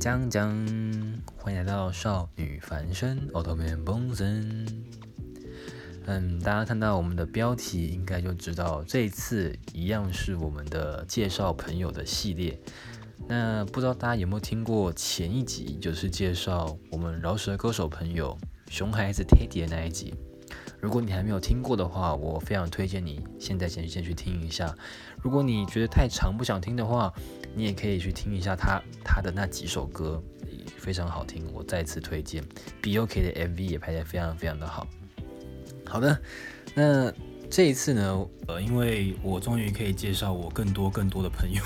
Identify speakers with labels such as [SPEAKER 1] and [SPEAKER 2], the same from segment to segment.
[SPEAKER 1] 江江，欢迎来到少女凡身 o l d m a n b o n s n 嗯，大家看到我们的标题，应该就知道这次一样是我们的介绍朋友的系列。那不知道大家有没有听过前一集，就是介绍我们饶舌歌手朋友熊孩子 Teddy 的那一集。如果你还没有听过的话，我非常推荐你现在先先去听一下。如果你觉得太长不想听的话，你也可以去听一下他他的那几首歌，非常好听，我再次推荐。B.O.K 的 MV 也拍得非常非常的好。好的，那这一次呢，呃，因为我终于可以介绍我更多更多的朋友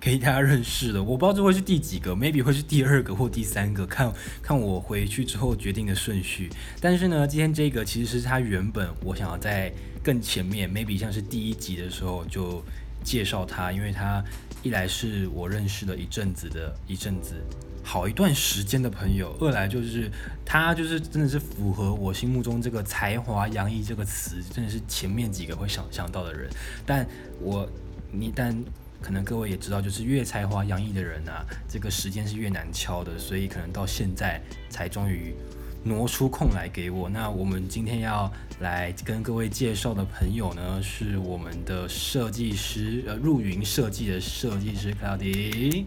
[SPEAKER 1] 给大家认识了。我不知道这会是第几个，maybe 会是第二个或第三个，看看我回去之后决定的顺序。但是呢，今天这个其实是他原本我想要在更前面，maybe 像是第一集的时候就介绍他，因为他一来是我认识了一阵子的一阵子。好一段时间的朋友，二来就是他就是真的是符合我心目中这个才华洋溢这个词，真的是前面几个会想想到的人。但我你但可能各位也知道，就是越才华洋溢的人啊，这个时间是越难敲的，所以可能到现在才终于挪出空来给我。那我们今天要来跟各位介绍的朋友呢，是我们的设计师呃入云设计的设计师 Cloudy。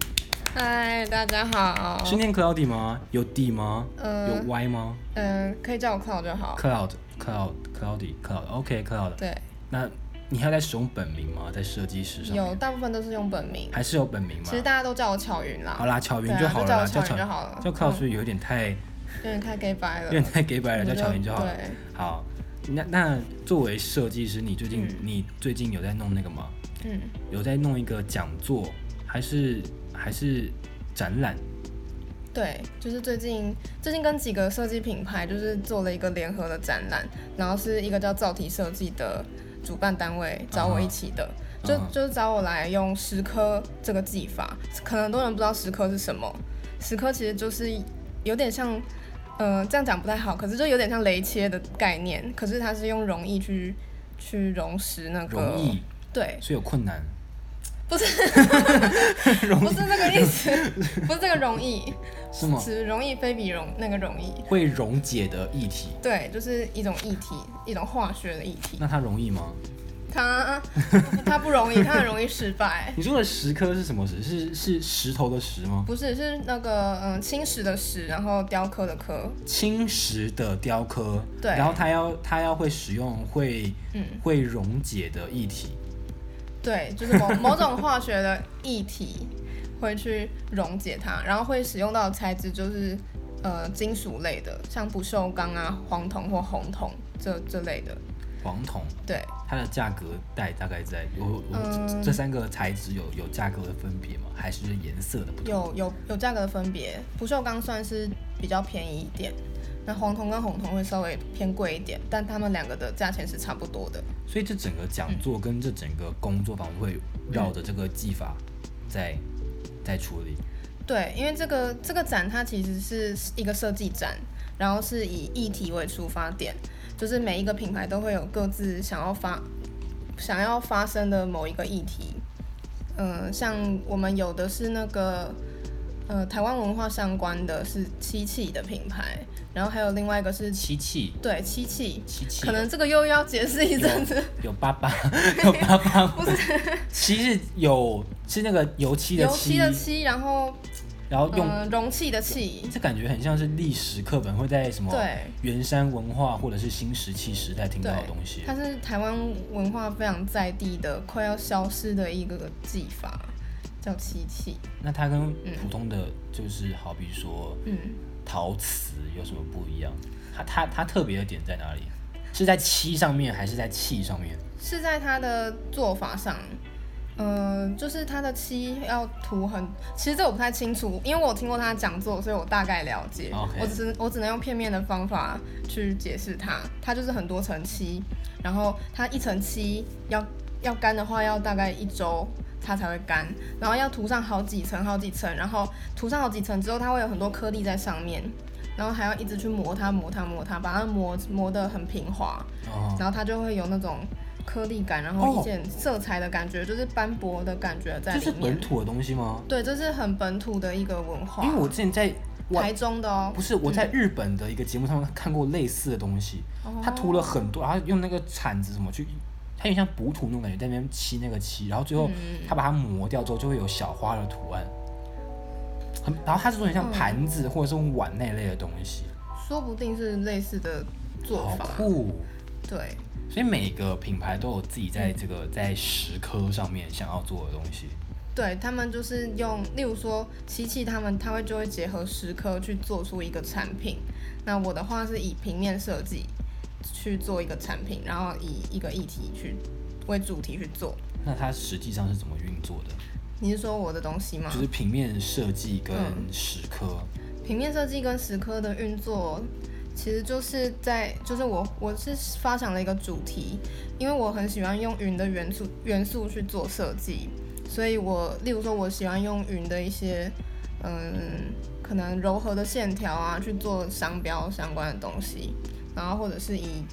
[SPEAKER 2] 嗨，大家好。
[SPEAKER 1] 是念 cloudy 吗？有 d 吗？
[SPEAKER 2] 哦呃
[SPEAKER 1] 有 y 吗
[SPEAKER 2] 嗯、可以叫我 Cloud 就好。
[SPEAKER 1] ？cloud cloud cloudy cloud OK cloud。
[SPEAKER 2] 对，
[SPEAKER 1] 那你还有在使用本名吗？在设计师上面
[SPEAKER 2] 有大部分都是用本名，
[SPEAKER 1] 还是有本名吗
[SPEAKER 2] 其？实大家都叫我巧云啦。
[SPEAKER 1] 好啦，巧云
[SPEAKER 2] 对啊
[SPEAKER 1] 就好了啦，
[SPEAKER 2] 就叫我
[SPEAKER 1] 巧
[SPEAKER 2] 巧云就好了嗯
[SPEAKER 1] 叫 cloud 是不是有点太
[SPEAKER 2] 有点太 gay 白
[SPEAKER 1] 有
[SPEAKER 2] 了。
[SPEAKER 1] 点太给白
[SPEAKER 2] 我
[SPEAKER 1] 了，叫
[SPEAKER 2] 就
[SPEAKER 1] 巧云就好了。
[SPEAKER 2] 对，
[SPEAKER 1] 好，那那作为设计师，你最近
[SPEAKER 2] 嗯
[SPEAKER 1] 你最近有在弄那个吗？
[SPEAKER 2] 嗯，
[SPEAKER 1] 有在弄一个讲座，还是还是展览？
[SPEAKER 2] 对，就是最近最近跟几个设计品牌就是做了一个联合的展览，然后是一个叫造体设计的主办单位找我一起的。就
[SPEAKER 1] 嗯哼
[SPEAKER 2] 就是找我来用石刻这个技法，可能很多人不知道石刻是什么。石刻其实就是有点像，呃，这样讲不太好，可是就有点像雷切的概念，可是它是用容易去去溶蚀那个，
[SPEAKER 1] 容易，
[SPEAKER 2] 对，
[SPEAKER 1] 所以有困难。
[SPEAKER 2] 不是，不是这个意思，不是这个容易，
[SPEAKER 1] 是吗？
[SPEAKER 2] 只容易非比容那个容易，
[SPEAKER 1] 会溶解的液体，
[SPEAKER 2] 对，就是一种液体，一种化学的液体，
[SPEAKER 1] 那它容易吗？
[SPEAKER 2] 它 它不容易，它很容易失败。
[SPEAKER 1] 你说的石刻是什么石？是是石头的石吗？
[SPEAKER 2] 不是，是那个嗯，青石的石，然后雕刻的刻，
[SPEAKER 1] 青石的雕刻，
[SPEAKER 2] 对
[SPEAKER 1] 然后它要它要会使用会、
[SPEAKER 2] 嗯
[SPEAKER 1] 会溶解的液体，
[SPEAKER 2] 对，就是某某种化学的液体会去溶解它，然后会使用到的材质就是呃金属类的，像不锈钢啊、黄铜或红铜这这类的，
[SPEAKER 1] 黄铜，
[SPEAKER 2] 对，
[SPEAKER 1] 它的价格带大概在有有、
[SPEAKER 2] 嗯
[SPEAKER 1] 这三个材质有有价格的分别吗？还是颜色的不同？
[SPEAKER 2] 有有有价格的分别，不锈钢算是比较便宜一点。那黄铜跟红铜会稍微偏贵一点，但它们两个的价钱是差不多的。
[SPEAKER 1] 所以这整个讲座跟这整个工作坊会绕着这个技法在在处理，
[SPEAKER 2] 对，因为这个这个展它其实是一个设计展，然后是以议题为出发点，就是每一个品牌都会有各自想要发想要发生的某一个议题。嗯、像我们有的是那个呃台湾文化相关的是漆器的品牌，然后还有另外一个是
[SPEAKER 1] 漆器
[SPEAKER 2] 对漆器，
[SPEAKER 1] 漆器
[SPEAKER 2] 可能这个又要解释一阵子。
[SPEAKER 1] 有有 爸爸有爸爸，不是，漆是有是那个油漆的
[SPEAKER 2] 油漆的漆，然后
[SPEAKER 1] 然后哦用、
[SPEAKER 2] 嗯容器的器，
[SPEAKER 1] 这感觉很像是历史课本会在什么
[SPEAKER 2] 对。
[SPEAKER 1] 圆山文化或者是新石器时代听到
[SPEAKER 2] 对
[SPEAKER 1] 的东西。
[SPEAKER 2] 它是台湾文化非常在地的、快要消失的一个技法，叫漆器。
[SPEAKER 1] 那它跟普通的就是好比说
[SPEAKER 2] 嗯，
[SPEAKER 1] 陶瓷有什么不一样？它它它特别的点在哪里？是在漆上面还是在器上面？
[SPEAKER 2] 是在它的做法上，嗯、就是它的漆要涂很，其实这我不太清楚，因为我有听过他的讲座，所以我大概了解。
[SPEAKER 1] OK
[SPEAKER 2] 我只我只能用片面的方法去解释它，它就是很多层漆，然后它一层漆要要干的话，要大概一周。它才会干，然后要涂上好几层、好几层，然后涂上好几层之后，它会有很多颗粒在上面，然后还要一直去磨它、磨它、磨它，把它磨磨得很平滑，
[SPEAKER 1] 哦，
[SPEAKER 2] 然后它就会有那种颗粒感，然后一点色彩的感觉，就是斑驳的感觉在
[SPEAKER 1] 这
[SPEAKER 2] 里
[SPEAKER 1] 是
[SPEAKER 2] 面
[SPEAKER 1] 本。土的东西吗？
[SPEAKER 2] 对，这是很本土的一个文化。
[SPEAKER 1] 因为我之前在
[SPEAKER 2] 台中的哦，
[SPEAKER 1] 不是我在日本的一个节目上面看过类似的东西，
[SPEAKER 2] 哦
[SPEAKER 1] 他涂了很多，然后用那个铲子什么去，它有点像补土那种感觉，在那边漆那个漆，然后最后
[SPEAKER 2] 嗯
[SPEAKER 1] 他把它磨掉之后就会有小花的图案，很，然后它是做很像盘子或者是碗那类的东西，
[SPEAKER 2] 说不定是类似的做
[SPEAKER 1] 好
[SPEAKER 2] 法。
[SPEAKER 1] 酷。
[SPEAKER 2] 对，
[SPEAKER 1] 所以每个品牌都有自己在这
[SPEAKER 2] 嗯
[SPEAKER 1] 个在石刻上面想要做的东西，
[SPEAKER 2] 对他们就是用，例如说琪琪他们，他会就会结合石刻去做出一个产品。那我的话是以平面设计去做一个产品，然后以一个议题去为主题去做。
[SPEAKER 1] 那它实际上是怎么运作的？
[SPEAKER 2] 你是说我的东西吗？
[SPEAKER 1] 就是平面设计跟石刻，
[SPEAKER 2] 平面设计跟石刻的运作，其实就是在就是我我是发想了一个主题，因为我很喜欢用云的元素元素去做设计，所以我例如说我喜欢用云的一些嗯可能柔和的线条啊去做商标相关的东西，然后或者是以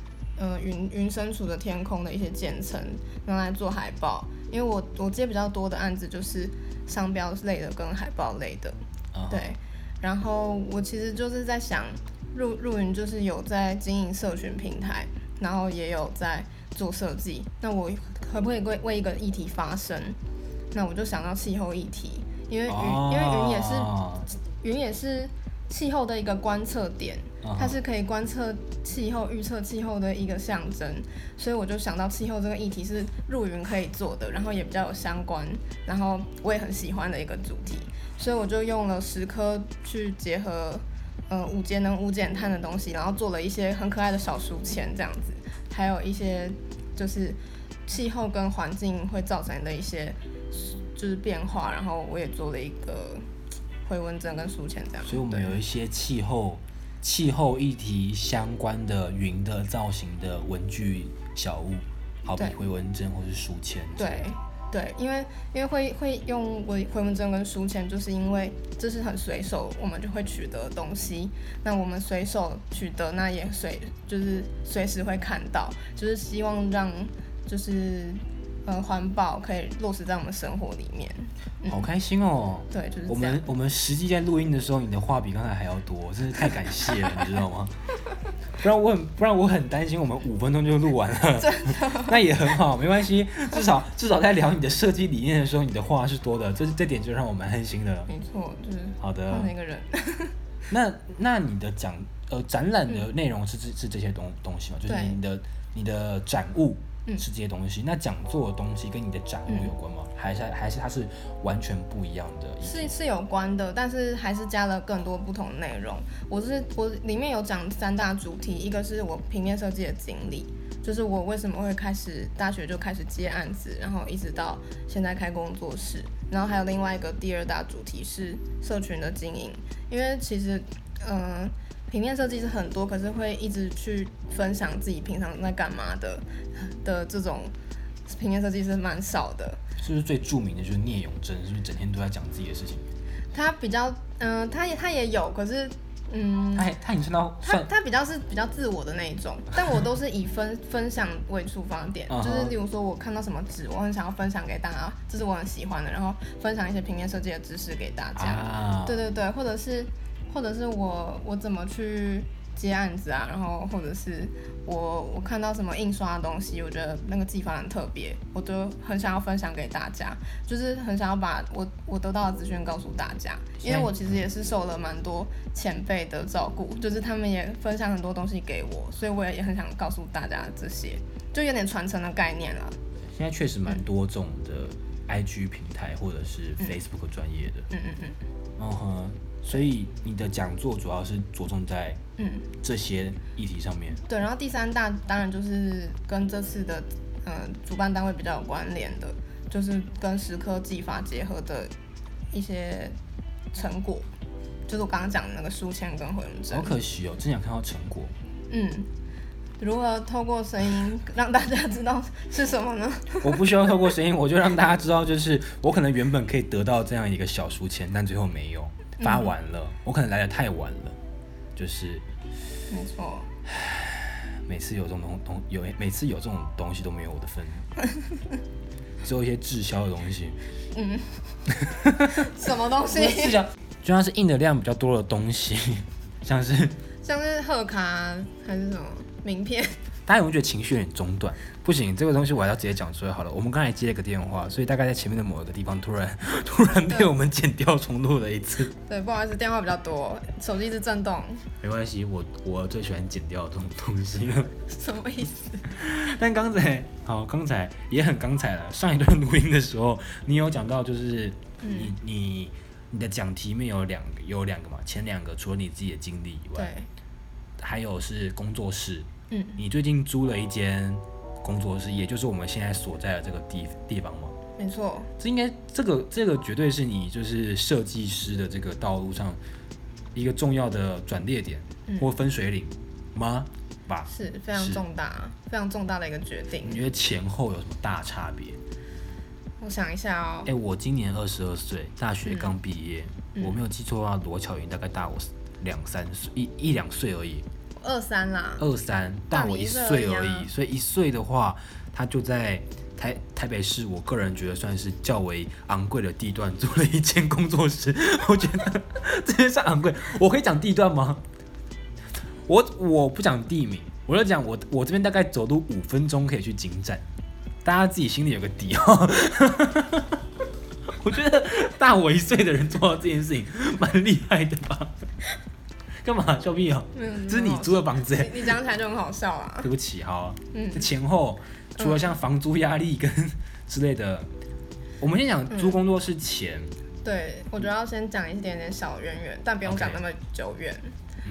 [SPEAKER 2] 嗯、云云身处的天空的一些渐层用来做海报，因为我我接比较多的案子就是商标类的跟海报类的。
[SPEAKER 1] 嗯哼
[SPEAKER 2] 对，然后我其实就是在想，入入云就是有在经营社群平台，然后也有在做设计。那我可不可以为为一个议题发声？那我就想到气候议题，因为云、因为云也是
[SPEAKER 1] 哦
[SPEAKER 2] 云也是气候的一个观测点
[SPEAKER 1] 嗯哼，
[SPEAKER 2] 它是可以观测气候、预测气候的一个象征，所以我就想到气候这个议题是入云可以做的，然后也比较有相关，然后我也很喜欢的一个主题，所以我就用了石科去结合。呃，五节能、五减碳的东西，然后做了一些很可爱的小书签这样子，还有一些就是气候跟环境会造成的一些就是变化，然后我也做了一个回纹针跟书签这样。
[SPEAKER 1] 所以我们
[SPEAKER 2] 对
[SPEAKER 1] 有一些气候、气候议题相关的云的造型的文具小物，好比
[SPEAKER 2] 对
[SPEAKER 1] 回纹针或是书签。
[SPEAKER 2] 对，对，因为因为会会用回回纹针跟书签，就是因为这是很随手我们就会取得的东西。那我们随手取得，那也随就是随时会看到，就是希望让就是呃环保可以落实在我们生活里面。嗯
[SPEAKER 1] 好开心哦！
[SPEAKER 2] 对，就是
[SPEAKER 1] 我
[SPEAKER 2] 这样
[SPEAKER 1] 们。我们实际在录音的时候，你的话比刚才还要多，真是太感谢了，你知道 吗？不然我很不然我很担心，我们五分钟就录完了， 那也很好，没关系，至少至少在聊你的设计理念的时候，你的话是多的，这这点就让我蛮安心的了。
[SPEAKER 2] 没错，就是
[SPEAKER 1] 好的，
[SPEAKER 2] 换了一个人。
[SPEAKER 1] 那那你的讲呃展览的内容是这、是这些东东西吗？就是
[SPEAKER 2] 嗯对
[SPEAKER 1] 你的你的展物
[SPEAKER 2] 嗯
[SPEAKER 1] 是这些东西。那讲座的东西跟你的展物有关吗？还是还是它是完全不一样的意思？
[SPEAKER 2] 是是有关的，但是还是加了更多不同的内容。我是我里面有讲三大主题，一个是我平面设计的经历，就是我为什么会开始大学就开始接案子，然后一直到现在开工作室。然后还有另外一个第二大主题是社群的经营，因为其实嗯、呃平面设计是很多，可是会一直去分享自己平常在干嘛的的这种平面设计是蛮少的。
[SPEAKER 1] 是不是最著名的就是聂永真，是不是整天都在讲自己的事情？
[SPEAKER 2] 他比较，嗯、他也他也有，可是，嗯，
[SPEAKER 1] 他还他已经算到
[SPEAKER 2] 他
[SPEAKER 1] 算
[SPEAKER 2] 他比较是比较自我的那一种，但我都是以分分享为出发点，
[SPEAKER 1] 嗯哼
[SPEAKER 2] 就是例如说我看到什么纸，我很想要分享给大家，这是我很喜欢的，然后分享一些平面设计的知识给大家。
[SPEAKER 1] 啊，
[SPEAKER 2] 对对对，或者是或者是我我怎么去接案子啊，然后或者是我我看到什么印刷的东西，我觉得那个技法很特别，我都很想要分享给大家，就是很想要把我我得到的资讯告诉大家，因为我其实也是受了蛮多前辈的照顾，就是他们也分享很多东西给我，所以我也也很想告诉大家这些，就有点传承的概念啦。
[SPEAKER 1] 现在确实蛮多种的 IG 平台或者是 Facebook 专业的，
[SPEAKER 2] 嗯嗯嗯
[SPEAKER 1] 嗯哼，所以你的讲座主要是着重在
[SPEAKER 2] 嗯。
[SPEAKER 1] 这些议题上面。
[SPEAKER 2] 对，然后第三大当然就是跟这次的嗯、呃主办单位比较有关联的，就是跟石科技法结合的一些成果，就是我刚刚讲的那个书签跟回文针
[SPEAKER 1] 好。可惜哦，真想看到成果。
[SPEAKER 2] 嗯，如何透过声 音让大家知道是什么呢？
[SPEAKER 1] 我不需要透过声音，我就让大家知道，就是我可能原本可以得到这样一个小书签，但最后没有发完了，我可能来的太晚了，就是
[SPEAKER 2] 没错，
[SPEAKER 1] 每次有这种东东有每次有这种东西都没有我的份，只有一些滞销的东西。
[SPEAKER 2] 什么东
[SPEAKER 1] 不是 滞
[SPEAKER 2] 西？
[SPEAKER 1] 销，就像是印的量比较多的东西，像是
[SPEAKER 2] 像是贺卡还是什么名片？
[SPEAKER 1] 大家有没有觉得情绪有点中断？不行，这个东西我还要直接讲出来好了。我们刚才接了个电话，所以大概在前面的某一个地方突然 突然被我们剪掉重录了一次。
[SPEAKER 2] 对，不好意思，电话比较多，手机一直震动，
[SPEAKER 1] 没关系，我我最喜欢剪掉这种东西了。
[SPEAKER 2] 什么意思？
[SPEAKER 1] 但刚才好，刚才也很刚才了。上一段录音的时候，你有讲到就是
[SPEAKER 2] 嗯
[SPEAKER 1] 你、你你的讲题面有两个有两个嘛，前两个除了你自己的经历以外，
[SPEAKER 2] 对，
[SPEAKER 1] 还有是工作室。
[SPEAKER 2] 嗯，
[SPEAKER 1] 你最近租了一间工作室，也就是我们现在所在的这个地地方吗？
[SPEAKER 2] 没错，
[SPEAKER 1] 这应该这个这个绝对是你就是设计师的这个道路上一个重要的转捩点
[SPEAKER 2] 嗯
[SPEAKER 1] 或分水岭吗？吧？
[SPEAKER 2] 是非常
[SPEAKER 1] 是嗯
[SPEAKER 2] 重大、非常重大的一个决定
[SPEAKER 1] 你。觉得前后有什么大差别？
[SPEAKER 2] 我想一下哦
[SPEAKER 1] 哎、，我今年二十二岁，大学刚毕业，我没有记错的话，罗巧云大概大我两三岁，一一两岁而已，
[SPEAKER 2] 二三啦，
[SPEAKER 1] 二三
[SPEAKER 2] 啊大
[SPEAKER 1] 大我
[SPEAKER 2] 你一
[SPEAKER 1] 一
[SPEAKER 2] 岁
[SPEAKER 1] 岁
[SPEAKER 2] 而
[SPEAKER 1] 而
[SPEAKER 2] 已啊
[SPEAKER 1] 已，所以一岁的话，他就在台台北市，我个人觉得算是较为昂贵的地段做了一间工作室，我觉得这些算昂贵。我可以讲地段吗？我我不讲地名，我就讲我我这边大概走路五分钟可以去景展，大家自己心里有个底哦。 我觉得大我一岁的人做到这件事情蛮厉害的吧？干嘛笑屁哦？
[SPEAKER 2] 没有
[SPEAKER 1] 这是你租的房子、欸，
[SPEAKER 2] 你你讲起来就很好笑啊。
[SPEAKER 1] 对不起哈，
[SPEAKER 2] 嗯
[SPEAKER 1] 这前后除了像房租压力跟 之类的，我们先讲
[SPEAKER 2] 嗯
[SPEAKER 1] 租工作室前，
[SPEAKER 2] 对，我觉得要先讲一点点小渊源，但不用讲
[SPEAKER 1] OK
[SPEAKER 2] 那么久远。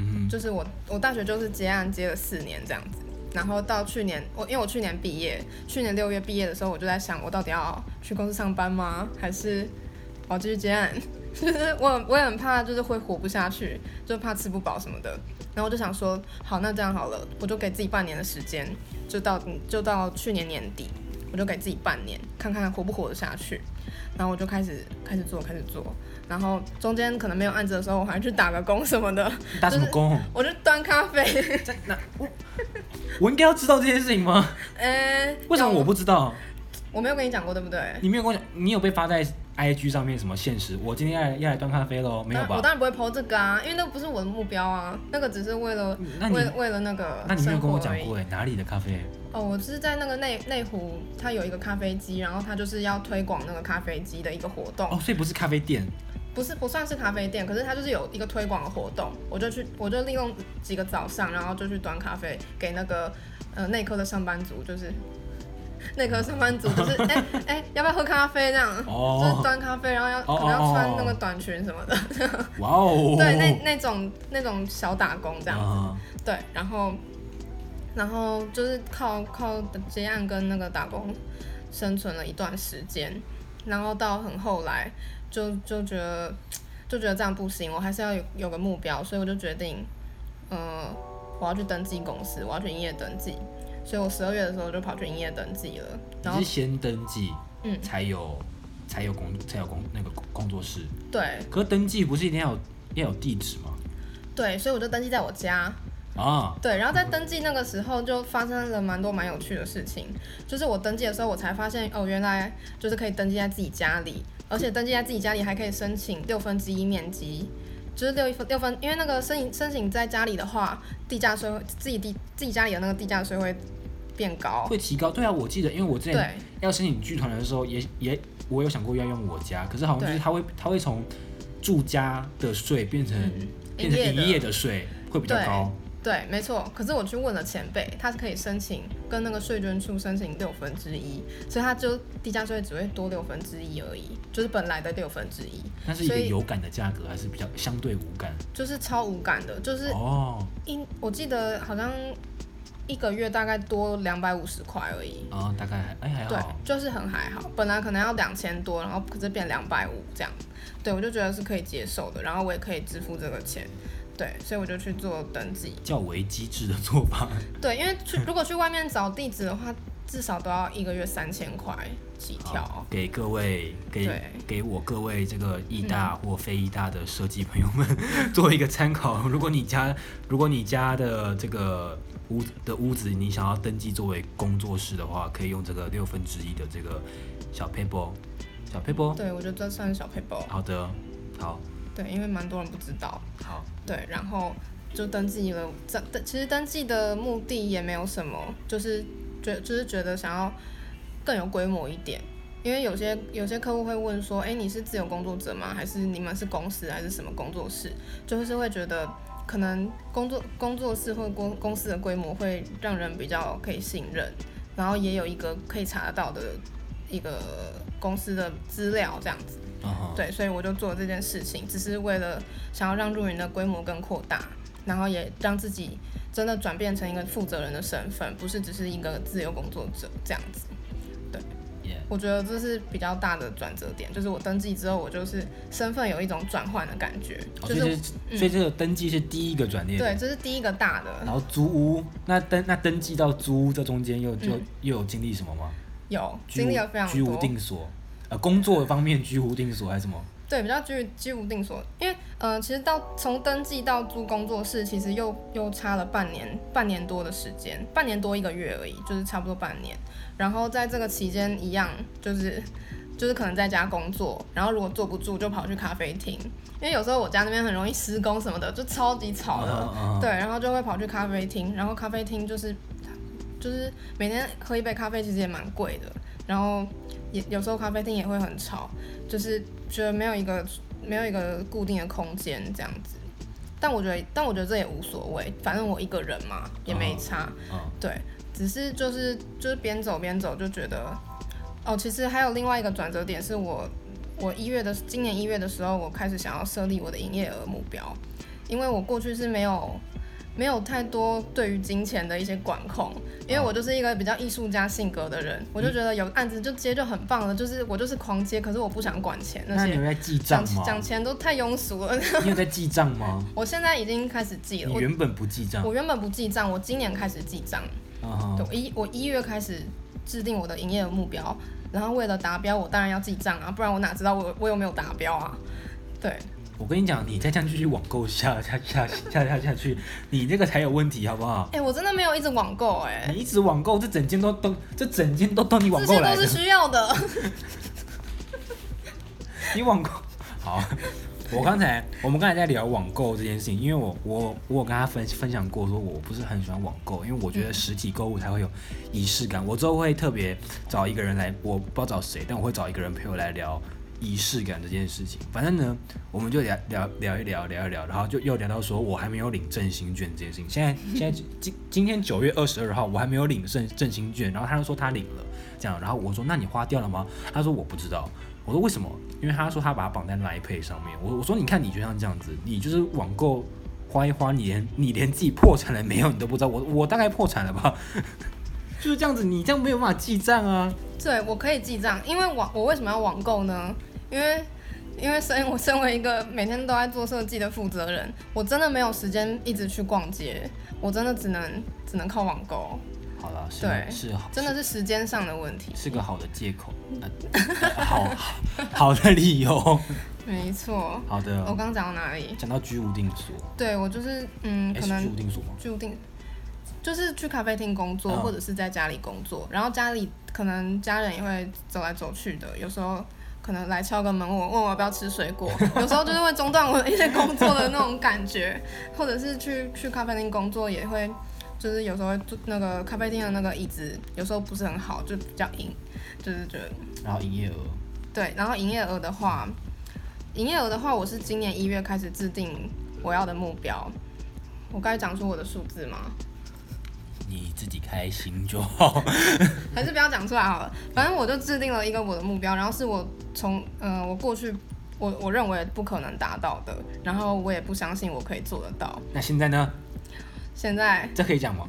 [SPEAKER 1] 嗯
[SPEAKER 2] 就是我我大学就是接案接了四年这样子，然后到去年我因为我去年毕业，去年六月毕业的时候，我就在想我到底要去公司上班吗？还是我要继续接案？ 就是我很我也很怕，就是会活不下去，就怕吃不饱什么的。然后我就想说，好，那这样好了，我就给自己半年的时间，就到就到去年年底，我就给自己半年，看看活不活得下去。然后我就开始开始做，开始做。然后中间可能没有案子的时候，我还去打个工什么的，
[SPEAKER 1] 哼，打什么工？
[SPEAKER 2] 我就端咖啡。
[SPEAKER 1] 在那我我应该要知道这件事情吗？
[SPEAKER 2] 哎、
[SPEAKER 1] 为什么我
[SPEAKER 2] 有
[SPEAKER 1] 不知道？
[SPEAKER 2] 我没有跟你讲过，对不对？
[SPEAKER 1] 你没有跟我讲，你有被发在 IG 上面什么现实？我今天要来要来端咖啡喽，没有
[SPEAKER 2] 当我
[SPEAKER 1] 吧？
[SPEAKER 2] 当然不会 PO 这个啊，因为那个不是我的目标啊，那个只是为了
[SPEAKER 1] 那你
[SPEAKER 2] 为为了那个
[SPEAKER 1] 那你没有
[SPEAKER 2] 生
[SPEAKER 1] 跟
[SPEAKER 2] 活
[SPEAKER 1] 我
[SPEAKER 2] 而
[SPEAKER 1] 讲
[SPEAKER 2] 已。
[SPEAKER 1] 过哎、哪里的咖啡？
[SPEAKER 2] 哦，我是在那个内内湖，它有一个咖啡机，然后它就是要推广那个咖啡机的一个活动，
[SPEAKER 1] 哦，所以不是咖啡 店，
[SPEAKER 2] 不是不算是咖啡店，可是它就是有一个推广的活动，我就去，我就利用几个早上，然后就去端咖啡给那个呃内科的上班族，就是内科上班族，就是 哎哎、要不要喝咖啡这样，
[SPEAKER 1] 哦
[SPEAKER 2] 就是端咖啡，然后要
[SPEAKER 1] 哦
[SPEAKER 2] 可能要穿那
[SPEAKER 1] 哦
[SPEAKER 2] 个
[SPEAKER 1] 哦
[SPEAKER 2] 短裙什么的，
[SPEAKER 1] 哇哦，
[SPEAKER 2] 对，那那种那种小打工这样子，
[SPEAKER 1] 啊
[SPEAKER 2] 对，然后然后就是靠靠接案跟那个打工生存了一段时间，然后到很后来就就觉得就觉得这样不行，我还是要有有个目标，所以我就决定，呃，我要去登记公司，我要去营业登记，所以我十二月的时候就跑去营业登记了，然后
[SPEAKER 1] 你是先登记，
[SPEAKER 2] 嗯
[SPEAKER 1] 才有才有工才有工那个工工作室。
[SPEAKER 2] 对
[SPEAKER 1] 可是登记不是一定要有要有地址吗？
[SPEAKER 2] 对，所以我就登记在我家，
[SPEAKER 1] 啊，
[SPEAKER 2] 对，然后在登记那个时候就发生了蛮多蛮有趣的事情，就是我登记的时候我才发现哦，原来就是可以登记在自己家里，而且登记在自己家里还可以申请六分之一面积，就是六一分六分，因为那个申请申请在家里的话，地价税会自己地自己家里的那个地价税会变高，
[SPEAKER 1] 会提高。对啊，我记得，因为我之前
[SPEAKER 2] 对
[SPEAKER 1] 要申请剧团的时候也，也我有想过要用我家，可是好像就是
[SPEAKER 2] 对
[SPEAKER 1] 他会他会从住家的税变成、
[SPEAKER 2] 嗯
[SPEAKER 1] 变成
[SPEAKER 2] 营业的
[SPEAKER 1] 营业的税，会比较
[SPEAKER 2] 对
[SPEAKER 1] 高。
[SPEAKER 2] 对，没错。可是我去问了前辈，他是可以申请跟那个税捐处申请六分之一，所以他就地价税只会多六分之一而已，就是本来的六分之一，
[SPEAKER 1] 但是一
[SPEAKER 2] 所
[SPEAKER 1] 个
[SPEAKER 2] 以
[SPEAKER 1] 有感的价格还是比较相对无感
[SPEAKER 2] 就是超无感的，就是
[SPEAKER 1] 哦
[SPEAKER 2] 一我记得好像一个月大概多两百五十块而已，
[SPEAKER 1] 啊、大概还哎还
[SPEAKER 2] 对
[SPEAKER 1] 好，
[SPEAKER 2] 就是很还好。本来可能要两千多，然后可是变两百五这样，对我就觉得是可以接受的，然后我也可以支付这个钱，对，所以我就去做登记。
[SPEAKER 1] 较为机智的做法。
[SPEAKER 2] 对，因为去
[SPEAKER 1] 嗯
[SPEAKER 2] 如果去外面找地址的话，至少都要一个月三千块起跳
[SPEAKER 1] 好。给各位给
[SPEAKER 2] 对嗯
[SPEAKER 1] 给我各位这个艺大或非艺大的 设计朋友们做一个参考。如果你家如果你家的这个屋子的屋子，你想要登记作为工作室的话，可以用这个六分之一的这个小 paper，小哦 paper。哦
[SPEAKER 2] 对，我觉得这算是小 paper。
[SPEAKER 1] 好的，好，
[SPEAKER 2] 对，因为蛮多人不知道。
[SPEAKER 1] 好，
[SPEAKER 2] 对，然后就登记了。这其实登记的目的也没有什么，就是觉就是觉得想要更有规模一点。因为有些有些客户会问说，哎，你是自由工作者吗？还是你们是公司还是什么工作室？就是会觉得可能工作工作室或公公司的规模会让人比较可以信任，然后也有一个可以查得到的一个公司的资料这样子。
[SPEAKER 1] 嗯哼，
[SPEAKER 2] 对，所以我就做了这件事情，只是为了想要让入云的规模更扩大，然后也让自己真的转变成一个负责人的身份，不是只是一个自由工作者这样子。
[SPEAKER 1] 耶
[SPEAKER 2] 我觉得这是比较大的转折点，就是我登记之后，我就是身份有一种转换的感觉，
[SPEAKER 1] 哦
[SPEAKER 2] 就
[SPEAKER 1] 所以
[SPEAKER 2] 是嗯
[SPEAKER 1] 这是所以这个登记是第一个转捩点。
[SPEAKER 2] 对，这是第一个大的
[SPEAKER 1] 然后租屋，那登那登记到租屋这中间又
[SPEAKER 2] 嗯
[SPEAKER 1] 就、又有经历什么吗？
[SPEAKER 2] 有
[SPEAKER 1] 居
[SPEAKER 2] 经历
[SPEAKER 1] 无
[SPEAKER 2] 了非常
[SPEAKER 1] 居无
[SPEAKER 2] 多，
[SPEAKER 1] 定所，呃，工作方面居无定所还是什么？
[SPEAKER 2] 对，比较居居无定所，因为呃，其实到从登记到租工作室，其实又又差了半年，半年多的时间，半年多一个月而已，就是差不多半年。然后在这个期间，一样就是就是可能在家工作，然后如果坐不住就跑去咖啡厅，因为有时候我家那边很容易施工什么的，就超级吵的，
[SPEAKER 1] 嗯嗯嗯
[SPEAKER 2] 对，然后就会跑去咖啡厅，然后咖啡厅就是就是每天喝一杯咖啡其实也蛮贵的，然后也有时候咖啡厅也会很吵，就是觉得没有一个没有一个固定的空间这样子。但我觉得，但我觉得这也无所谓，反正我一个人嘛，也没差。
[SPEAKER 1] 嗯，
[SPEAKER 2] 对，只是就是就是边走边走就觉得，哦，其实还有另外一个转折点是我我一月的今年一月的时候，我开始想要设立我的营业额目标，因为我过去是没有没有太多对于金钱的一些管控，因
[SPEAKER 1] 哦
[SPEAKER 2] 为我就是一个比较艺术家性格的人，
[SPEAKER 1] 嗯
[SPEAKER 2] 我就觉得有案子就接就很棒了，就是我就是狂接，可是我不想管钱那
[SPEAKER 1] 那你有
[SPEAKER 2] 些。
[SPEAKER 1] 在记账
[SPEAKER 2] 讲
[SPEAKER 1] 吗？
[SPEAKER 2] 讲钱都太庸俗了，
[SPEAKER 1] 你有在记账吗？
[SPEAKER 2] 我现在已经开始记了。
[SPEAKER 1] 你
[SPEAKER 2] 我
[SPEAKER 1] 原本不记账，
[SPEAKER 2] 我原本不记账，我今年开始记账。
[SPEAKER 1] 嗯哼
[SPEAKER 2] 对，我一我一月开始制定我的营业额目标，然后为了达标，我当然要记账啊，不然我哪知道我我有没有达标啊？对，
[SPEAKER 1] 我跟你讲，你再这样继续网购下下下下下下去，你这个才有问题，好不好？
[SPEAKER 2] 哎、我真的没有一直网购哎、
[SPEAKER 1] 你一直网购，这整间都都这整间都都你网
[SPEAKER 2] 这
[SPEAKER 1] 购
[SPEAKER 2] 些
[SPEAKER 1] 来
[SPEAKER 2] 都是
[SPEAKER 1] 的，
[SPEAKER 2] 需要的。
[SPEAKER 1] 你网购好。我刚才我们刚才在聊网购这件事情，因为我我我有跟他分分享过，说我不是很喜欢网购，因为我觉得实体购物才会有仪式感。我之后会特别找一个人来，我不知道找谁，但我会找一个人陪我来聊仪式感这件事情。反正呢，我们就聊聊聊一聊，聊一聊，然后就又聊到说我还没有领振兴券这件事情。现在现在今今天九月二十二号，我还没有领振振兴券，然后他就说他领了，这样，然后我说那你花掉了吗？他说我不知道。我说为什么？因为他说他把它绑在 Line Pay 上面。我我说你看你就像这样子，你就是网购花一花，你连你连自己破产了没有你都不知道。我我大概破产了吧， 就是这样子，你这样没有办法记账啊。
[SPEAKER 2] 对，我可以记账，因为网我为什么要网购呢？因为因为身我身为一个每天都在做设计的负责人，我真的没有时间一直去逛街，我真的只能只能靠网购，
[SPEAKER 1] 好了，是
[SPEAKER 2] 对
[SPEAKER 1] 是好，
[SPEAKER 2] 真的嗯是时间上的问题。
[SPEAKER 1] 是个好的借口，呃、 好好的理由。
[SPEAKER 2] 没错，
[SPEAKER 1] 好
[SPEAKER 2] 我刚
[SPEAKER 1] 的，
[SPEAKER 2] 刚讲到哪里？
[SPEAKER 1] 讲到居无定所，
[SPEAKER 2] 对我就是嗯，
[SPEAKER 1] 哎，是
[SPEAKER 2] 可能
[SPEAKER 1] 居无定所吗？
[SPEAKER 2] 注定就是去咖啡厅工作，
[SPEAKER 1] 嗯
[SPEAKER 2] 或者是在家里工作，然后家里可能家人也会走来走去的，有时候。可能来敲个门，问我问我要不要吃水果，有时候就是会中断我的一些工作的那种感觉， 或者是去去咖啡厅工作也会，就是有时候会坐那个咖啡厅的那个椅子有时候不是很好，就比较硬，就是觉得
[SPEAKER 1] 然后营业额，
[SPEAKER 2] 对，然后营业额的话，营业额的话，我是今年一月开始制定我要的目标。我该讲出我的数字吗？
[SPEAKER 1] 你自己开心就好。
[SPEAKER 2] 还是不要讲出来好了。反正我就制定了一个我的目标，然后是我从嗯、呃我过去我我认为不可能达到的，然后我也不相信我可以做得到。
[SPEAKER 1] 那现在呢？
[SPEAKER 2] 现在
[SPEAKER 1] 这可以讲吗？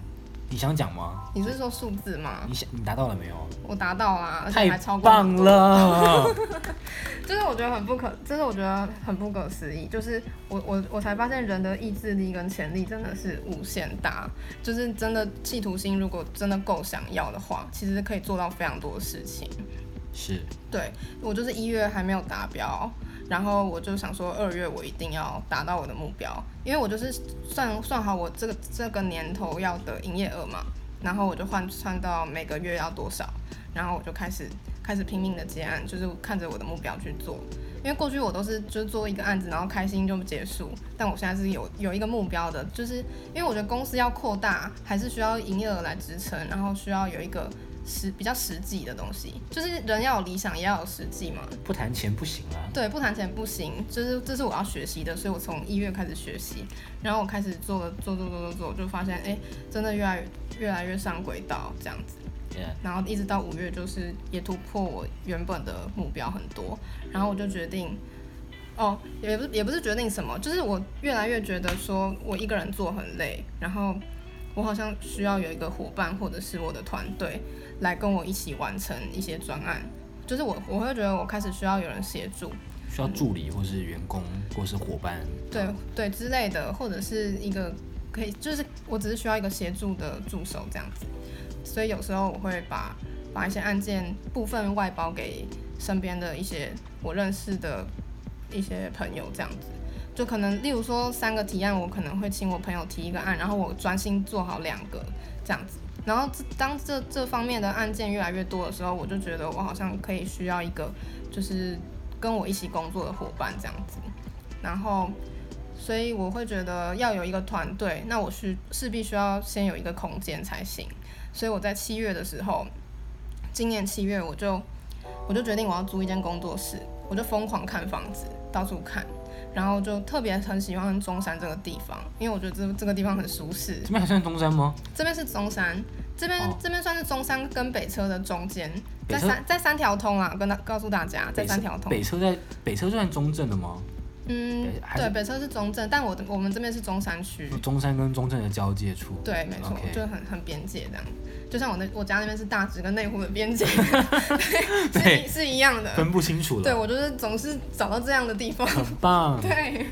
[SPEAKER 1] 你想讲吗？
[SPEAKER 2] 你是说数字吗？
[SPEAKER 1] 你想你达到了没有？
[SPEAKER 2] 我达到啦，而且
[SPEAKER 1] 太
[SPEAKER 2] 还超过
[SPEAKER 1] 棒
[SPEAKER 2] 很多！
[SPEAKER 1] 了！
[SPEAKER 2] 就是我觉得很不可，就是我觉得很不可思议。就是我我我才发现人的意志力跟潜力真的是无限大，就是真的企图心如果真的够想要的话，其实可以做到非常多的事情。
[SPEAKER 1] 是，
[SPEAKER 2] 对我就是一月还没有达标，然后我就想说，二月我一定要达到我的目标，因为我就是算算好我这个这个年头要的营业额嘛，然后我就换算到每个月要多少，然后我就开始开始拼命的接案，就是看着我的目标去做。因为过去我都是就是做一个案子，然后开心就结束，但我现在是有有一个目标的，就是因为我觉得公司要扩大，还是需要营业额来支撑，然后需要有一个实比较实际的东西，就是人要有理想，也要有实际嘛。
[SPEAKER 1] 不谈钱不行啊。
[SPEAKER 2] 对，不谈钱不行，就是这是我要学习的，所以我从一月开始学习，然后我开始做了做做做做做，我就发现哎，真的越来越来越上轨道这样子。
[SPEAKER 1] Yeah
[SPEAKER 2] 然后一直到五月，就是也突破我原本的目标很多，然后我就决定，哦，也不是也不是决定什么，就是我越来越觉得说我一个人做很累，然后我好像需要有一个伙伴或者是我的团队来跟我一起完成一些专案，就是我我会觉得我开始需要有人协助，
[SPEAKER 1] 需要助理或是员工或是伙伴。
[SPEAKER 2] 对对之类的，或者是一个可以，就是我只是需要一个协助的助手这样子。所以有时候我会把把一些案件部分外包给身边的一些我认识的一些朋友这样子。就可能，例如说三个提案，我可能会请我朋友提一个案，然后我专心做好两个这样子。然后这当这这方面的案件越来越多的时候，我就觉得我好像可以需要一个就是跟我一起工作的伙伴这样子。然后，所以我会觉得要有一个团队，那我需势必需要先有一个空间才行。所以我在七月的时候，今年七月我就我就决定我要租一间工作室，我就疯狂看房子，到处看，然后就特别很喜欢中山这个地方，因为我觉得这这个地方很舒适
[SPEAKER 1] 这。边还算中山吗？
[SPEAKER 2] 这边是中山，这边、
[SPEAKER 1] 哦
[SPEAKER 2] 这边算是中山跟北车的中间，
[SPEAKER 1] 北
[SPEAKER 2] 在
[SPEAKER 1] 车
[SPEAKER 2] 三在三条通啊，跟他告诉大家，在
[SPEAKER 1] 北
[SPEAKER 2] 三
[SPEAKER 1] 车
[SPEAKER 2] 条通。
[SPEAKER 1] 北车在北车算中正的吗？
[SPEAKER 2] 嗯
[SPEAKER 1] 北，还是
[SPEAKER 2] 对，北车是中正，但我的我们这边是中山区。
[SPEAKER 1] 中山跟中正的交界处。
[SPEAKER 2] 对，没错
[SPEAKER 1] OK
[SPEAKER 2] 就很很边界这样。就像我那我家那边是大直跟内湖的边界，是一
[SPEAKER 1] 对
[SPEAKER 2] 是一样的。
[SPEAKER 1] 分不清楚了。
[SPEAKER 2] 对，我就是总是找到这样的 地方。
[SPEAKER 1] 很棒。
[SPEAKER 2] 对，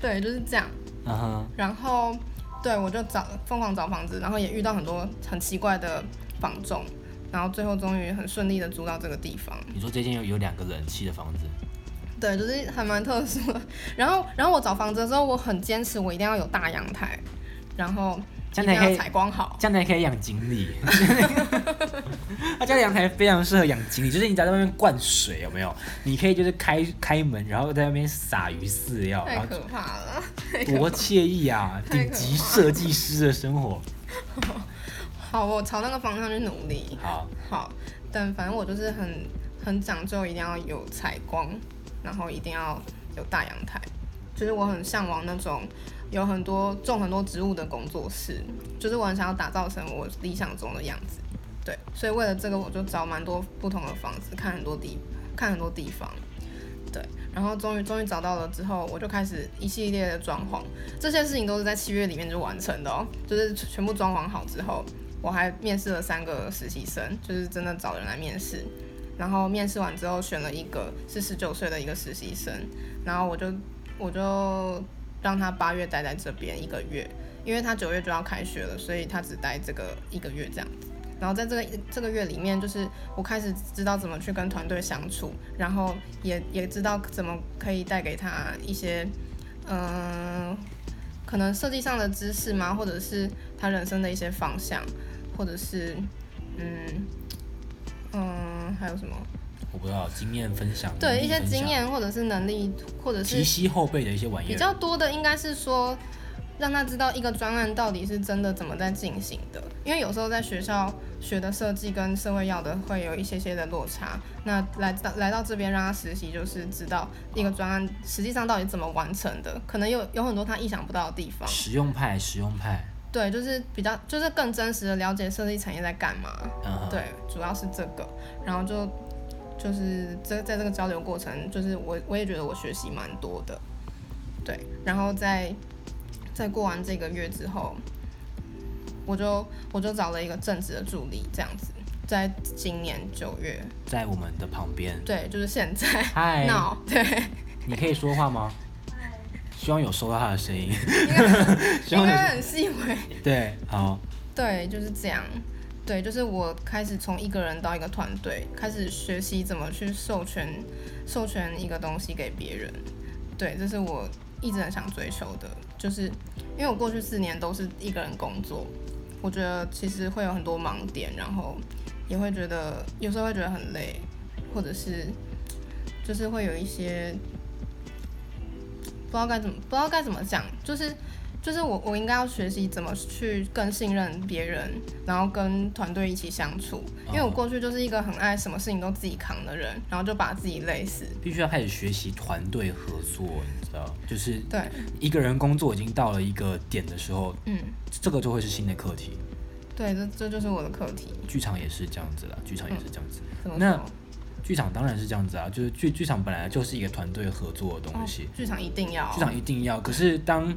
[SPEAKER 2] 对，就是这样。
[SPEAKER 1] 嗯哼，
[SPEAKER 2] 然后，对我就找疯狂找房子，然后也遇到很多很奇怪的房仲，然后最后终于很顺利的租到这个地方。
[SPEAKER 1] 你说这间有有两个冷气的房子，
[SPEAKER 2] 对，就是还蛮特殊的。然后，然后我找房子的时候，我很坚持，我一定要有大阳台，然后一
[SPEAKER 1] 这样
[SPEAKER 2] 定
[SPEAKER 1] 才可
[SPEAKER 2] 要
[SPEAKER 1] 以
[SPEAKER 2] 采光好。
[SPEAKER 1] 这样才可以养锦鲤。 他家的阳台非常适合养锦鲤，就是你在外面灌水有没有？你可以就是开开门，然后在外面撒鱼饲料，然
[SPEAKER 2] 太
[SPEAKER 1] 后
[SPEAKER 2] 可怕了，
[SPEAKER 1] 多惬意啊！
[SPEAKER 2] 太可
[SPEAKER 1] 顶级设计师的生活。
[SPEAKER 2] 好，我朝那个方向去努力。
[SPEAKER 1] 好，
[SPEAKER 2] 好，但反正我就是很很讲究，一定要有采光，然后一定要有大阳台，就是我很向往那种有很多种很多植物的工作室，就是我很想要打造成我理想中的样子。对，所以为了这个，我就找蛮多不同的房子，看很多地，看很多地方。对，然后终于终于找到了之后，我就开始一系列的装潢，这些事情都是在七月里面就完成的哦，就是全部装潢好之后，我还面试了三个实习生，就是真的找人来面试。然后面试完之后选了一个是十九岁的一个实习生，然后我就我就让他八月待在这边一个月，因为他九月就要开学了，所以他只待这个一个月这样子。然后在这个这个月里面，就是我开始知道怎么去跟团队相处，然后也也知道怎么可以带给他一些，嗯、可能设计上的知识嘛，或者是他人生的一些方向，或者是嗯嗯，还有什么？
[SPEAKER 1] 我不知道经验分享，能
[SPEAKER 2] 对
[SPEAKER 1] 力
[SPEAKER 2] 一些
[SPEAKER 1] 分享
[SPEAKER 2] 经，验，或者是能力，或者
[SPEAKER 1] 提
[SPEAKER 2] 是
[SPEAKER 1] 膝后背的一些玩意
[SPEAKER 2] 比
[SPEAKER 1] 儿。
[SPEAKER 2] 较多的，应该是说让他知道一个专案到底是真的怎么在进行的，因为有时候在学校学的设计跟社会要的会有一些些的落差。那来到来到这边让他实习，就是知道一个专案实际上到底怎么完成的，可能有有很多他意想不到的地方。
[SPEAKER 1] 实用派，实用派。
[SPEAKER 2] 对，就是比较就是更真实的了解设计产业在干嘛。
[SPEAKER 1] 嗯哼，
[SPEAKER 2] 对，主要是这个，然后就就是这在这个交流过程，就是我我也觉得我学习蛮多的，对，然后在在过完这个月之后，我就我就找了一个正职的助理，这样子，在今年九月，
[SPEAKER 1] 在我们的旁边。
[SPEAKER 2] 对，就是现在
[SPEAKER 1] 嗨，
[SPEAKER 2] 闹，对，
[SPEAKER 1] 你可以说话吗？希望有收到他的声音。 希
[SPEAKER 2] 应
[SPEAKER 1] 望有
[SPEAKER 2] 该很细微，
[SPEAKER 1] 对，好，
[SPEAKER 2] 对，就是这样。对，就是我开始从一个人到一个团队，开始学习怎么去授权授权一个东西给别人。对，这是我一直很想追求的，就是因为我过去四年都是一个人工作，我觉得其实会有很多盲点，然后也会觉得有时候会觉得很累，或者是就是会有一些不知道该怎么不知道该怎么讲，就是就是我我应该要学习怎么去更信任别人，然后跟团队一起相处，因
[SPEAKER 1] 哦
[SPEAKER 2] 为我过去就是一个很爱什么事情都自己扛的人，然后就把自己累死。
[SPEAKER 1] 必须要开始学习团队合作，你知道，就是
[SPEAKER 2] 对，
[SPEAKER 1] 一个人工作已经到了一个点的时候，
[SPEAKER 2] 嗯，
[SPEAKER 1] 这个就会是新的课题。
[SPEAKER 2] 对，这这就是我的课题。
[SPEAKER 1] 剧场也是这样子啦，剧场也是这样子。
[SPEAKER 2] 怎么
[SPEAKER 1] 那
[SPEAKER 2] 说？
[SPEAKER 1] 剧场当然是这样子啊，就是剧剧场本来就是一个团队合作的东西，
[SPEAKER 2] 哦剧场一定要
[SPEAKER 1] 剧场一定要。可是当，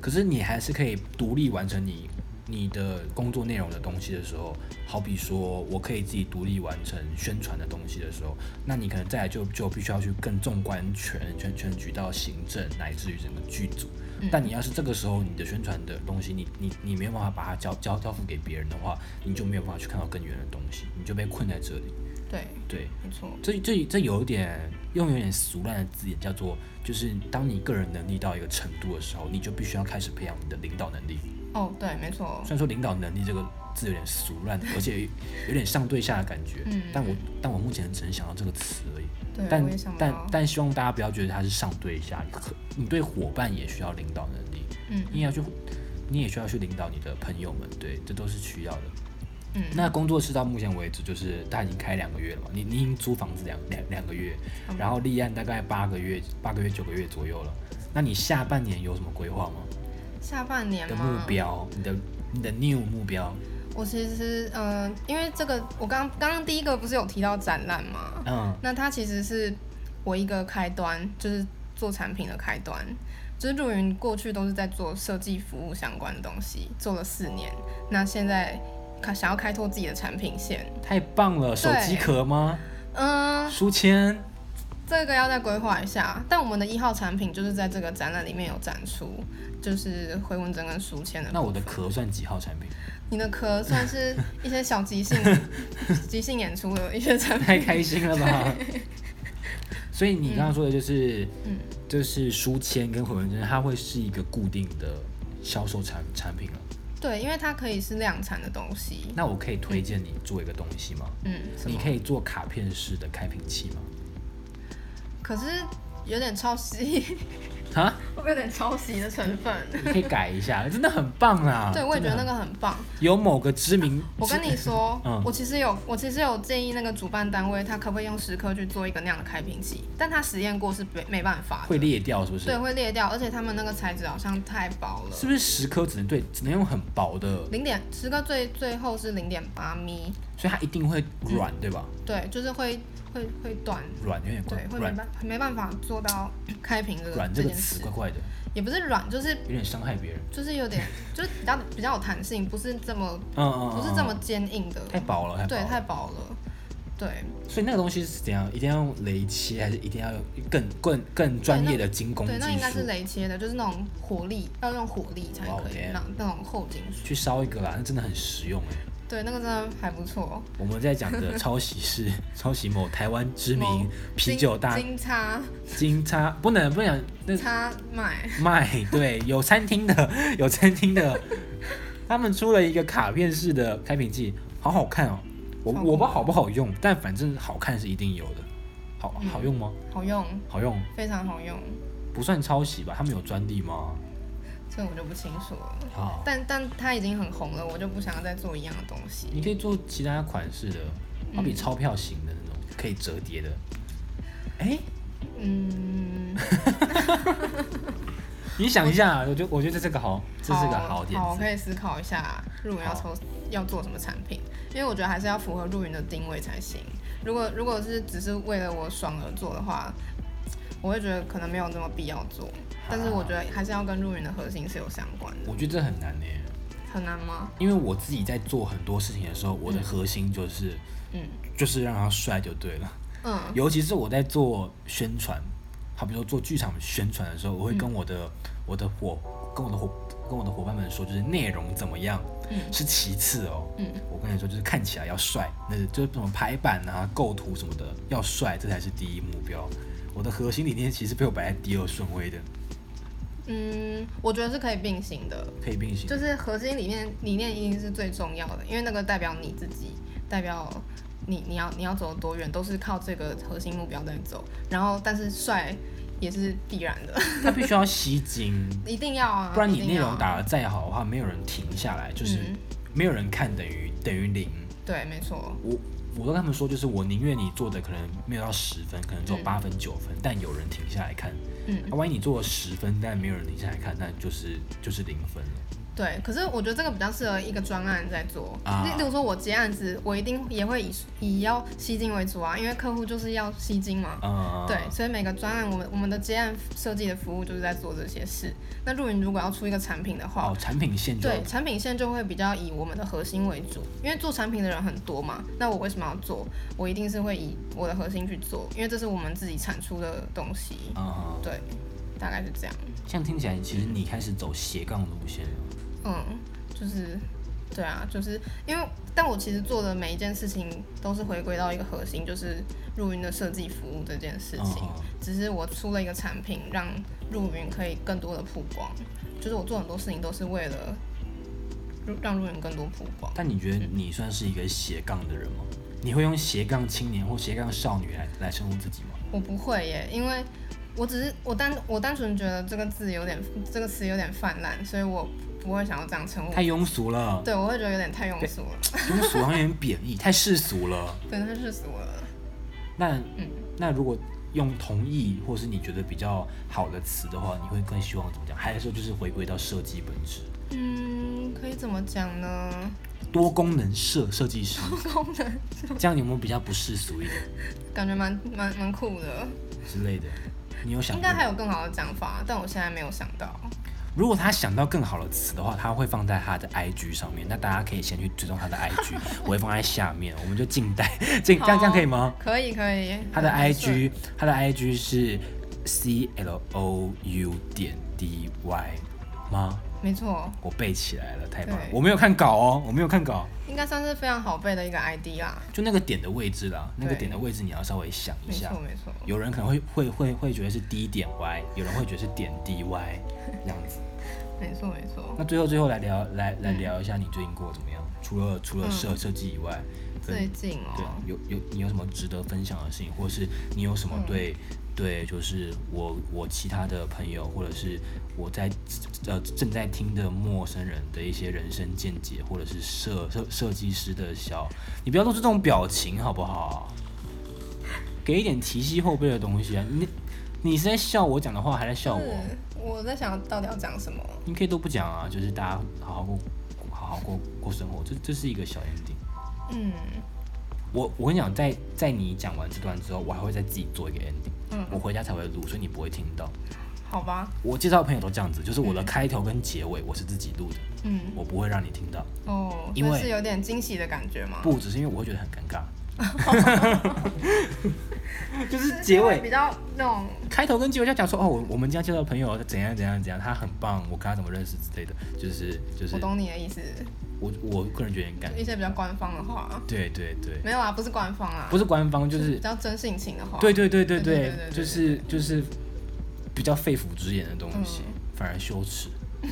[SPEAKER 1] 可是你还是可以独立完成你你的工作内容的东西的时候，好比说我可以自己独立完成宣传的东西的时候，那你可能再来就就必须要去更纵观全全全局到行政乃至于整个剧组。
[SPEAKER 2] 嗯
[SPEAKER 1] 但你要是这个时候你的宣传的东西，你你你没有办法把它交交交付给别人的话，你就没有办法去看到更远的东西，你就被困在这里。
[SPEAKER 2] 对，
[SPEAKER 1] 对，
[SPEAKER 2] 没错，
[SPEAKER 1] 这这这有一点用有点俗烂的字眼叫做，就是当你个人能力到一个程度的时候，你就必须要开始培养你的领导能力。
[SPEAKER 2] 哦，对，没错
[SPEAKER 1] 虽，然说领导能力这个字有点俗烂，而且有点上对下的感觉，
[SPEAKER 2] 嗯
[SPEAKER 1] 但我但我目前只能想到这个词而已。
[SPEAKER 2] 对，
[SPEAKER 1] 但
[SPEAKER 2] 我也想不
[SPEAKER 1] 但
[SPEAKER 2] 到，
[SPEAKER 1] 但希望大家不要觉得它是上对下，可你对伙伴也需要领导能力，
[SPEAKER 2] 嗯，
[SPEAKER 1] 你也要去，你也需要去领导你的朋友们，对，这都是需要的。
[SPEAKER 2] 嗯
[SPEAKER 1] 那工作室到目前为止就是它已经开两个月了嘛，你你已经租房子两两两个月，然后立案大概八个月八个月九个月左右了。那你下半年有什么规划吗？
[SPEAKER 2] 下半
[SPEAKER 1] 你
[SPEAKER 2] 年
[SPEAKER 1] 的目
[SPEAKER 2] 嘛，
[SPEAKER 1] 标，你的你的 new 目标，
[SPEAKER 2] 我其实嗯、呃因为这个我刚刚刚第一个不是有提到展览吗？
[SPEAKER 1] 嗯，
[SPEAKER 2] 那它其实是我一个开端，就是做产品的开端。就是陆云过去都是在做设计服务相关的东西，做了四年。那现在开想要开拓自己的产品线，
[SPEAKER 1] 太棒了，手机壳吗？
[SPEAKER 2] 嗯，
[SPEAKER 1] 书签，
[SPEAKER 2] 这个要再规划一下，但我们的一号产品就是在这个展览里面有展出，就是回纹针跟书签的。
[SPEAKER 1] 那我的壳算几号产品？
[SPEAKER 2] 你的壳算是一些小即兴、即兴演出的一些产
[SPEAKER 1] 太
[SPEAKER 2] 品。
[SPEAKER 1] 开心了吧！所以你刚刚说的就是，
[SPEAKER 2] 嗯
[SPEAKER 1] 就是书签跟回纹针，它会是一个固定的销售产产品了。
[SPEAKER 2] 对，因为它可以是量产的东西。
[SPEAKER 1] 那我可以推荐你做一个东西吗？
[SPEAKER 2] 嗯，什
[SPEAKER 1] 你
[SPEAKER 2] 么？
[SPEAKER 1] 可以做卡片式的开瓶器吗？
[SPEAKER 2] 可是有点抄袭，
[SPEAKER 1] 啊，
[SPEAKER 2] 会不会有点抄袭的成分？
[SPEAKER 1] 你可以改一下，真的很棒啊！
[SPEAKER 2] 对，我也觉得那
[SPEAKER 1] 真的
[SPEAKER 2] 个很棒。
[SPEAKER 1] 很有某个知名，
[SPEAKER 2] 我跟你说，
[SPEAKER 1] 嗯
[SPEAKER 2] 我其实有，我其实有建议那个主办单位，他可不可以用石刻去做一个那样的开瓶器？但他实验过是没没办法的，
[SPEAKER 1] 会裂掉是不是？
[SPEAKER 2] 对，会裂掉，而且他们那个材质好像太薄了，
[SPEAKER 1] 是不是十颗只能对，只能用很薄的，
[SPEAKER 2] 零点十个最最后是零点八米，
[SPEAKER 1] 所以它一定会软，对吧？
[SPEAKER 2] 对，就是会会会断，
[SPEAKER 1] 软有点怪
[SPEAKER 2] 对，，会没
[SPEAKER 1] 软
[SPEAKER 2] 办没办法做到 开屏这个
[SPEAKER 1] 软这
[SPEAKER 2] 这
[SPEAKER 1] 个
[SPEAKER 2] 件
[SPEAKER 1] 词
[SPEAKER 2] 事
[SPEAKER 1] 怪，怪的，
[SPEAKER 2] 也不是软，就是
[SPEAKER 1] 有点伤害别人。
[SPEAKER 2] 就是有点 就是比较比较有弹性，不是这么
[SPEAKER 1] 嗯嗯，嗯
[SPEAKER 2] 不是这么坚硬的，
[SPEAKER 1] 太薄了，太薄了
[SPEAKER 2] 对，太薄了，对，
[SPEAKER 1] 所以那个东西是怎样？一定要用雷切，还是一定要用更更更专业的精工技
[SPEAKER 2] 对，那应该是
[SPEAKER 1] 术？
[SPEAKER 2] 雷切的，就是那种火力要用火力才
[SPEAKER 1] 哇我
[SPEAKER 2] 可以
[SPEAKER 1] 天，
[SPEAKER 2] 那那种厚金属，
[SPEAKER 1] 去烧一个啦，那真的很实用哎。
[SPEAKER 2] 对，那个真的还不错，
[SPEAKER 1] 我们在讲的抄袭是 抄袭某台湾知名
[SPEAKER 2] 某
[SPEAKER 1] 啤酒大
[SPEAKER 2] 金金叉
[SPEAKER 1] 金叉，不能不能那
[SPEAKER 2] 叉麦。
[SPEAKER 1] 卖对，有餐厅的 有餐厅的，他们出了一个卡片式的开瓶器，好好看哦。我
[SPEAKER 2] 超酷
[SPEAKER 1] 我不知道好不好用，但反正好看是一定有的。好
[SPEAKER 2] 嗯
[SPEAKER 1] 好用吗？
[SPEAKER 2] 好用，
[SPEAKER 1] 好用
[SPEAKER 2] 非常好用，
[SPEAKER 1] 不算抄袭吧？他们有专利吗？
[SPEAKER 2] 这我就不清楚了。
[SPEAKER 1] 好，
[SPEAKER 2] 但但它已经很红了，我就不想要再做一样的东西。
[SPEAKER 1] 你可以做其他款式的，好比钞票型的那种，可以折叠的。哎、
[SPEAKER 2] 嗯，
[SPEAKER 1] 你想一下，啊我觉我觉得这个好，这是个
[SPEAKER 2] 好
[SPEAKER 1] 点
[SPEAKER 2] 哦好，我
[SPEAKER 1] 子。
[SPEAKER 2] 可以思考一下，入云要抽要做什么产品，因为我觉得还是要符合入云的定位才行。如果如果是只是为了我爽而做的话，我会觉得可能没有那么必要做。但是我觉得还是要跟入云的核心是有相关的，
[SPEAKER 1] 我觉得这很难呢，
[SPEAKER 2] 很难吗？
[SPEAKER 1] 因为我自己在做很多事情的时候，我的核心就是
[SPEAKER 2] 嗯
[SPEAKER 1] 就是让它帅就对了。
[SPEAKER 2] 嗯
[SPEAKER 1] 尤其是我在做宣传，好比说做剧场宣传的时候，我会跟我的、我的伙跟我的伙跟我的伙伴们说，就是内容怎么样，是其次哦。
[SPEAKER 2] 嗯，
[SPEAKER 1] 我跟你说，就是看起来要帅，那就是什么排版啊、构图什么的要帅，这才是第一目标。我的核心理念其实被我摆在第二顺位的，
[SPEAKER 2] 嗯，我觉得是可以并行的，
[SPEAKER 1] 可以并 行。
[SPEAKER 2] 就是核心理念理念一定是最重要的，因为那个代表你自己，代表你你要你要走多远，都是靠这个核心目标在走。然后，但是帅也是必然的，
[SPEAKER 1] 它必须要吸睛，
[SPEAKER 2] 一定要啊，
[SPEAKER 1] 不然你
[SPEAKER 2] 一定
[SPEAKER 1] 内
[SPEAKER 2] 要
[SPEAKER 1] 容
[SPEAKER 2] 啊
[SPEAKER 1] 打得再好的话，没有人停下来，就是
[SPEAKER 2] 嗯
[SPEAKER 1] 没有人看等于等于零。
[SPEAKER 2] 对，没错，
[SPEAKER 1] 我我跟他们说，就是我宁愿你做的可能没有到十分，可能只有
[SPEAKER 2] 嗯
[SPEAKER 1] 八分九分，但有人停下来看。
[SPEAKER 2] 嗯
[SPEAKER 1] 啊，万一你做了十分，但没有人停下来看，那就是就是零分了。
[SPEAKER 2] 对。可是我觉得这个比较适合一个专案在做，
[SPEAKER 1] 啊
[SPEAKER 2] 例例如说我接案子，我一定也会以以要吸睛为主啊，因为客户就是要吸睛嘛。
[SPEAKER 1] 啊、
[SPEAKER 2] 对，所以每个专案，我们我们的接案设计的服务就是在做这些事。那陆云如果要出一个产品的话，
[SPEAKER 1] 哦，产品线就
[SPEAKER 2] 对产品线就会比较以我们的核心为主，因为做产品的人很多嘛。那我为什么要做？我一定是会以我的核心去做，因为这是我们自己产出的东西。
[SPEAKER 1] 啊、
[SPEAKER 2] 对，大概是这样。
[SPEAKER 1] 像听起来其实你开始走斜杠路线了。
[SPEAKER 2] 嗯，就是，对啊，就是因为，但我其实做的每一件事情都是回归到一个核心，就是入云的设计服务这件事情。
[SPEAKER 1] 嗯嗯
[SPEAKER 2] 只是我出了一个产品，让入云可以更多的曝光。就是我做很多事情都是为了入让入云更多曝光。
[SPEAKER 1] 但你觉
[SPEAKER 2] 嗯
[SPEAKER 1] 得你算是一个斜杠的人吗？你会用斜杠青年或斜杠少女来来称呼自己吗？
[SPEAKER 2] 我不会耶，因为我只是我单我单纯觉得这个字有点这个词有点泛滥，所以我不会想要这样称呼
[SPEAKER 1] 太。庸俗了，
[SPEAKER 2] 对，我会觉得有点太庸俗了，
[SPEAKER 1] 庸俗好像有点贬义，太世俗了。
[SPEAKER 2] 对，太世俗了。
[SPEAKER 1] 那、
[SPEAKER 2] 嗯
[SPEAKER 1] 那如果用同意或是你觉得比较好的词的话，你会更希望怎么讲？还是说就是回归到设计本质，
[SPEAKER 2] 嗯，可以怎么讲呢？
[SPEAKER 1] 多功能设设计师？多功能，这样有没有比较不世俗一点
[SPEAKER 2] 感觉蛮蛮蛮酷的，
[SPEAKER 1] 之类的？你有想
[SPEAKER 2] 应
[SPEAKER 1] 过
[SPEAKER 2] 该？还有更好的讲法，但我现在没有想到。
[SPEAKER 1] 如果他想到更好的词的话，他会放在他的 IG 上面。那大家可以先去追踪他的 IG，我会放在下面，我们就静待，静这样这样可以吗？
[SPEAKER 2] 可以可以。
[SPEAKER 1] 他的
[SPEAKER 2] 很顺
[SPEAKER 1] IG，他的 IG 是 C L O U 点 D Y 吗？
[SPEAKER 2] 没错，
[SPEAKER 1] 我背起来了，太棒了！
[SPEAKER 2] 对
[SPEAKER 1] 我没有看稿哦，我没有看稿，
[SPEAKER 2] 应该算是非常好背的一个 ID 啦。
[SPEAKER 1] 就那个点的位置啦，那个
[SPEAKER 2] 对
[SPEAKER 1] 点的位置你要稍微想一
[SPEAKER 2] 没
[SPEAKER 1] 下
[SPEAKER 2] 错。没错，
[SPEAKER 1] 有人可能会会会会觉得是 D 点 Y，有人会觉得是点 D Y 这样子。
[SPEAKER 2] 没错没错。
[SPEAKER 1] 那最后最后来聊来来聊一下你最近过得怎么样？除了除
[SPEAKER 2] 嗯
[SPEAKER 1] 了设设计以外，跟
[SPEAKER 2] 最近
[SPEAKER 1] 对
[SPEAKER 2] 哦，
[SPEAKER 1] 有有你有什么值得分享的事情，或是你有什么对、对，就是我我其他的朋友，或者是我在呃正在听的陌生人的一些人生见解，或者是设设设计师的小，你不要做出这种表情好不好？给一点提膝后背的东西啊！你你是在笑我讲的话，还在笑我？
[SPEAKER 2] 是我在想到底要讲什么。
[SPEAKER 1] 你可以都不讲啊，就是大家好好过，好好过过生活，这这是一个小 ending。
[SPEAKER 2] 嗯
[SPEAKER 1] 我我跟你讲，在在你讲完这段之后，我还会再自己做一个 ending，、
[SPEAKER 2] 嗯
[SPEAKER 1] 我回家才会录，所以你不会听到。
[SPEAKER 2] 好吧，
[SPEAKER 1] 我介绍的朋友都这样子，就是我的开头跟结尾我是自己录的，
[SPEAKER 2] 嗯
[SPEAKER 1] 我不会让你听到，
[SPEAKER 2] 哦，
[SPEAKER 1] 因为
[SPEAKER 2] 所以是有点惊喜的感觉吗？
[SPEAKER 1] 不只是因为我会觉得很尴 尬，就是结
[SPEAKER 2] 是
[SPEAKER 1] 尾
[SPEAKER 2] 比较那种
[SPEAKER 1] 开头跟结尾就要讲说哦，我我们今天介绍的朋友怎样怎样怎样，他很棒，我跟他怎么认识之类的，就是就是
[SPEAKER 2] 我懂你的意思，
[SPEAKER 1] 我我个人觉得很尴
[SPEAKER 2] 就一些比较官方的话。
[SPEAKER 1] 对对对，
[SPEAKER 2] 没有啊，不是官方啊，
[SPEAKER 1] 不是官方就
[SPEAKER 2] 就是
[SPEAKER 1] 是
[SPEAKER 2] 比较真性情的话。
[SPEAKER 1] 对对对
[SPEAKER 2] 对
[SPEAKER 1] 对
[SPEAKER 2] 对
[SPEAKER 1] 对
[SPEAKER 2] 对对，对
[SPEAKER 1] 就是就是比较肺腑之言的东西，反而羞耻。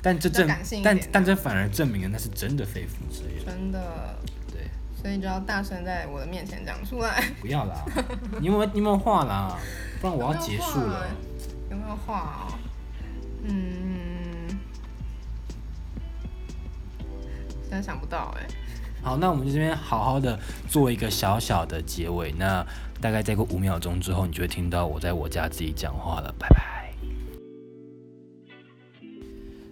[SPEAKER 1] 但这
[SPEAKER 2] 嗯比较
[SPEAKER 1] 证
[SPEAKER 2] 感性一
[SPEAKER 1] 但
[SPEAKER 2] 点的
[SPEAKER 1] 但这反而证明了那是真的肺腑之言。
[SPEAKER 2] 真的，
[SPEAKER 1] 对，
[SPEAKER 2] 所以就要大声在我的面前讲出来。
[SPEAKER 1] 不要啦，你有没有你有没有话啦？不然我要结束了。
[SPEAKER 2] 有没有话哦？嗯，现在想不到哎、
[SPEAKER 1] 好，那我们就这边好好的做一个小小的结尾。那大概再过五秒钟之后，你就会听到我在我家自己讲话了。拜拜。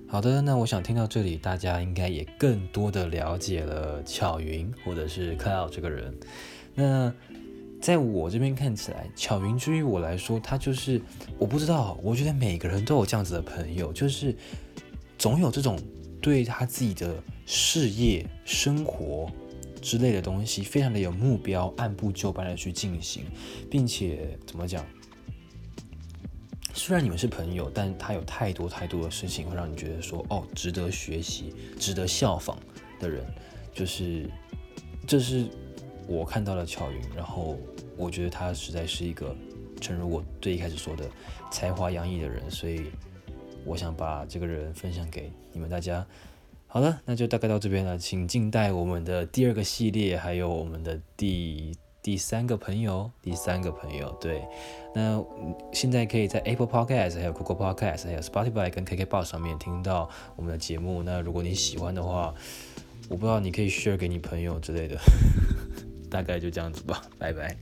[SPEAKER 1] 好的，那我想听到这里，大家应该也更多的了解了巧云或者是 Cloud 这个人。那在我这边看起来，巧云对于我来说，他就是我不知道，我觉得每个人都有这样子的朋友，就是总有这种对他自己的事业、生活之类的东西非常的有目标，按部就班的去进行，并且怎么讲，虽然你们是朋友，但他有太多太多的事情会让你觉得说，哦，值得学习、值得效仿的人，就是这是我看到了巧云，然后我觉得他实在是一个，正如我最一开始说的，才华洋溢的人，所以我想把这个人分享给你们大家。好了，那就大概到这边了，请静待我们的第二个系列，还有我们的第第三个朋友，第三个朋友，对。那现在可以在 Apple Podcast、还有 Google Podcast、还有 Spotify 跟 KKBox 上面听到我们的节目。那如果你喜欢的话， 我不知道你可以 share 给你朋友之类的，大概就这样子吧，拜拜。